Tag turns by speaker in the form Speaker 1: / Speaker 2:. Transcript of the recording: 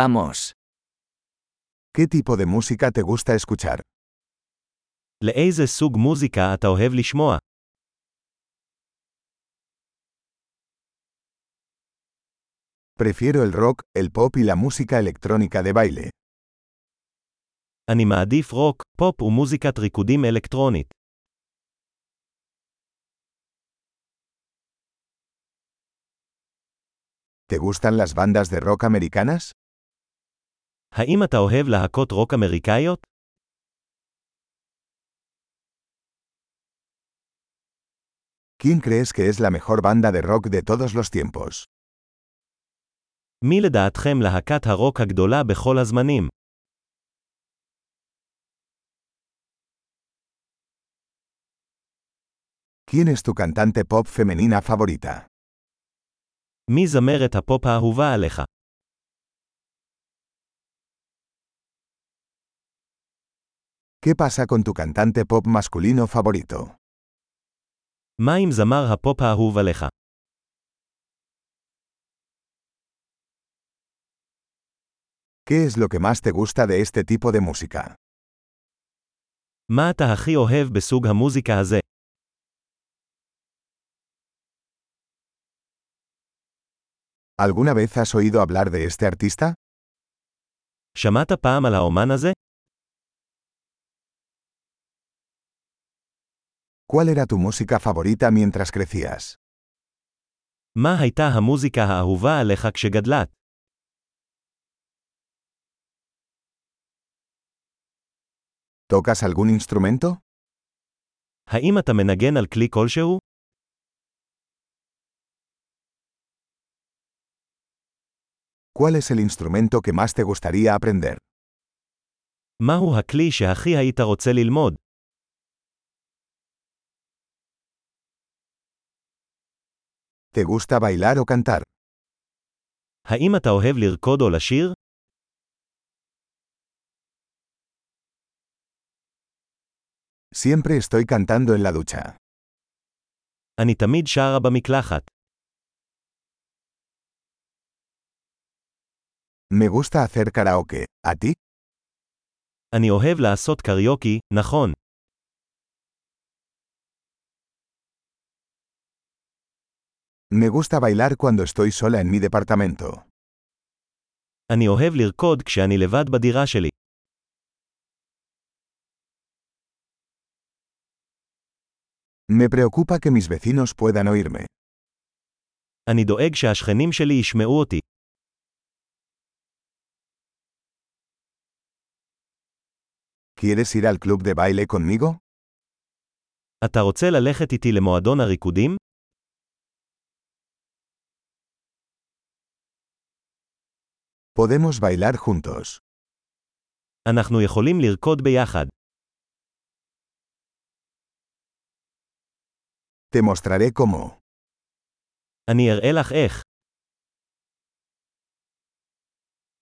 Speaker 1: Vamos.
Speaker 2: ¿Qué tipo de música te gusta escuchar?
Speaker 3: לאיזה סוג מוזיקה אתה אוהב לשמוע?
Speaker 2: Prefiero el rock, el pop y la música electrónica de baile.
Speaker 3: אני מעדיף רוק, פופ ומוזיקת ריקודים אלקטרונית.
Speaker 2: ¿Te gustan las bandas de rock americanas?
Speaker 3: האם אתה אוהב להקות רוק אמריקאיות?
Speaker 2: ¿Quién crees que es la mejor banda de rock de todos los tiempos?
Speaker 3: מי לדעתכם להקת הרוק הגדולה בכל הזמנים?
Speaker 2: ¿Quién es tu cantante pop femenina favorita?
Speaker 3: מי זמרת הפופ האהובה עליך?
Speaker 2: ¿Qué pasa con tu cantante pop masculino favorito?
Speaker 3: מה עם זמר הפופ האהוב עליך?
Speaker 2: ¿Qué es lo que más te gusta de este tipo de música?
Speaker 3: מה אתה הכי אוהב בסוג המוזיקה הזה?
Speaker 2: ¿Alguna vez has oído hablar de este artista?
Speaker 3: שמעת פעם על האומן הזה?
Speaker 2: ¿Cuál era tu música favorita mientras crecías?
Speaker 3: מה הייתה המוזיקה האהובה עליך כשגדלת?
Speaker 2: ¿Tocas algún instrumento?
Speaker 3: האם אתה מנגן על כלי כלשהו?
Speaker 2: ¿Cuál es el instrumento que más te gustaría aprender?
Speaker 3: מהו הכלי שהכי היית רוצה ללמוד?
Speaker 2: ¿Te gusta bailar o cantar?
Speaker 3: האם אתה אוהב לרקוד או לשיר?
Speaker 2: Siempre estoy cantando en la ducha.
Speaker 3: אני תמיד שרה במקלחת.
Speaker 2: Me gusta hacer karaoke. ¿A ti?
Speaker 3: אני אוהב לעשות קריוקי, נכון.
Speaker 2: Me gusta bailar cuando estoy sola en mi departamento.
Speaker 3: אני אוהב לרקוד כשאני לבד בדירה שלי.
Speaker 2: Me preocupa que mis vecinos puedan oírme.
Speaker 3: אני דואג שהשכנים שלי ישמעו אותי.
Speaker 2: ¿Quieres ir al club de baile conmigo?
Speaker 3: אתה רוצה ללכת איתי למועדון הריקודים?
Speaker 2: Podemos bailar juntos.
Speaker 3: אנחנו יכולים לרקוד ביחד.
Speaker 2: Te mostraré cómo.
Speaker 3: אני אראה לך איך.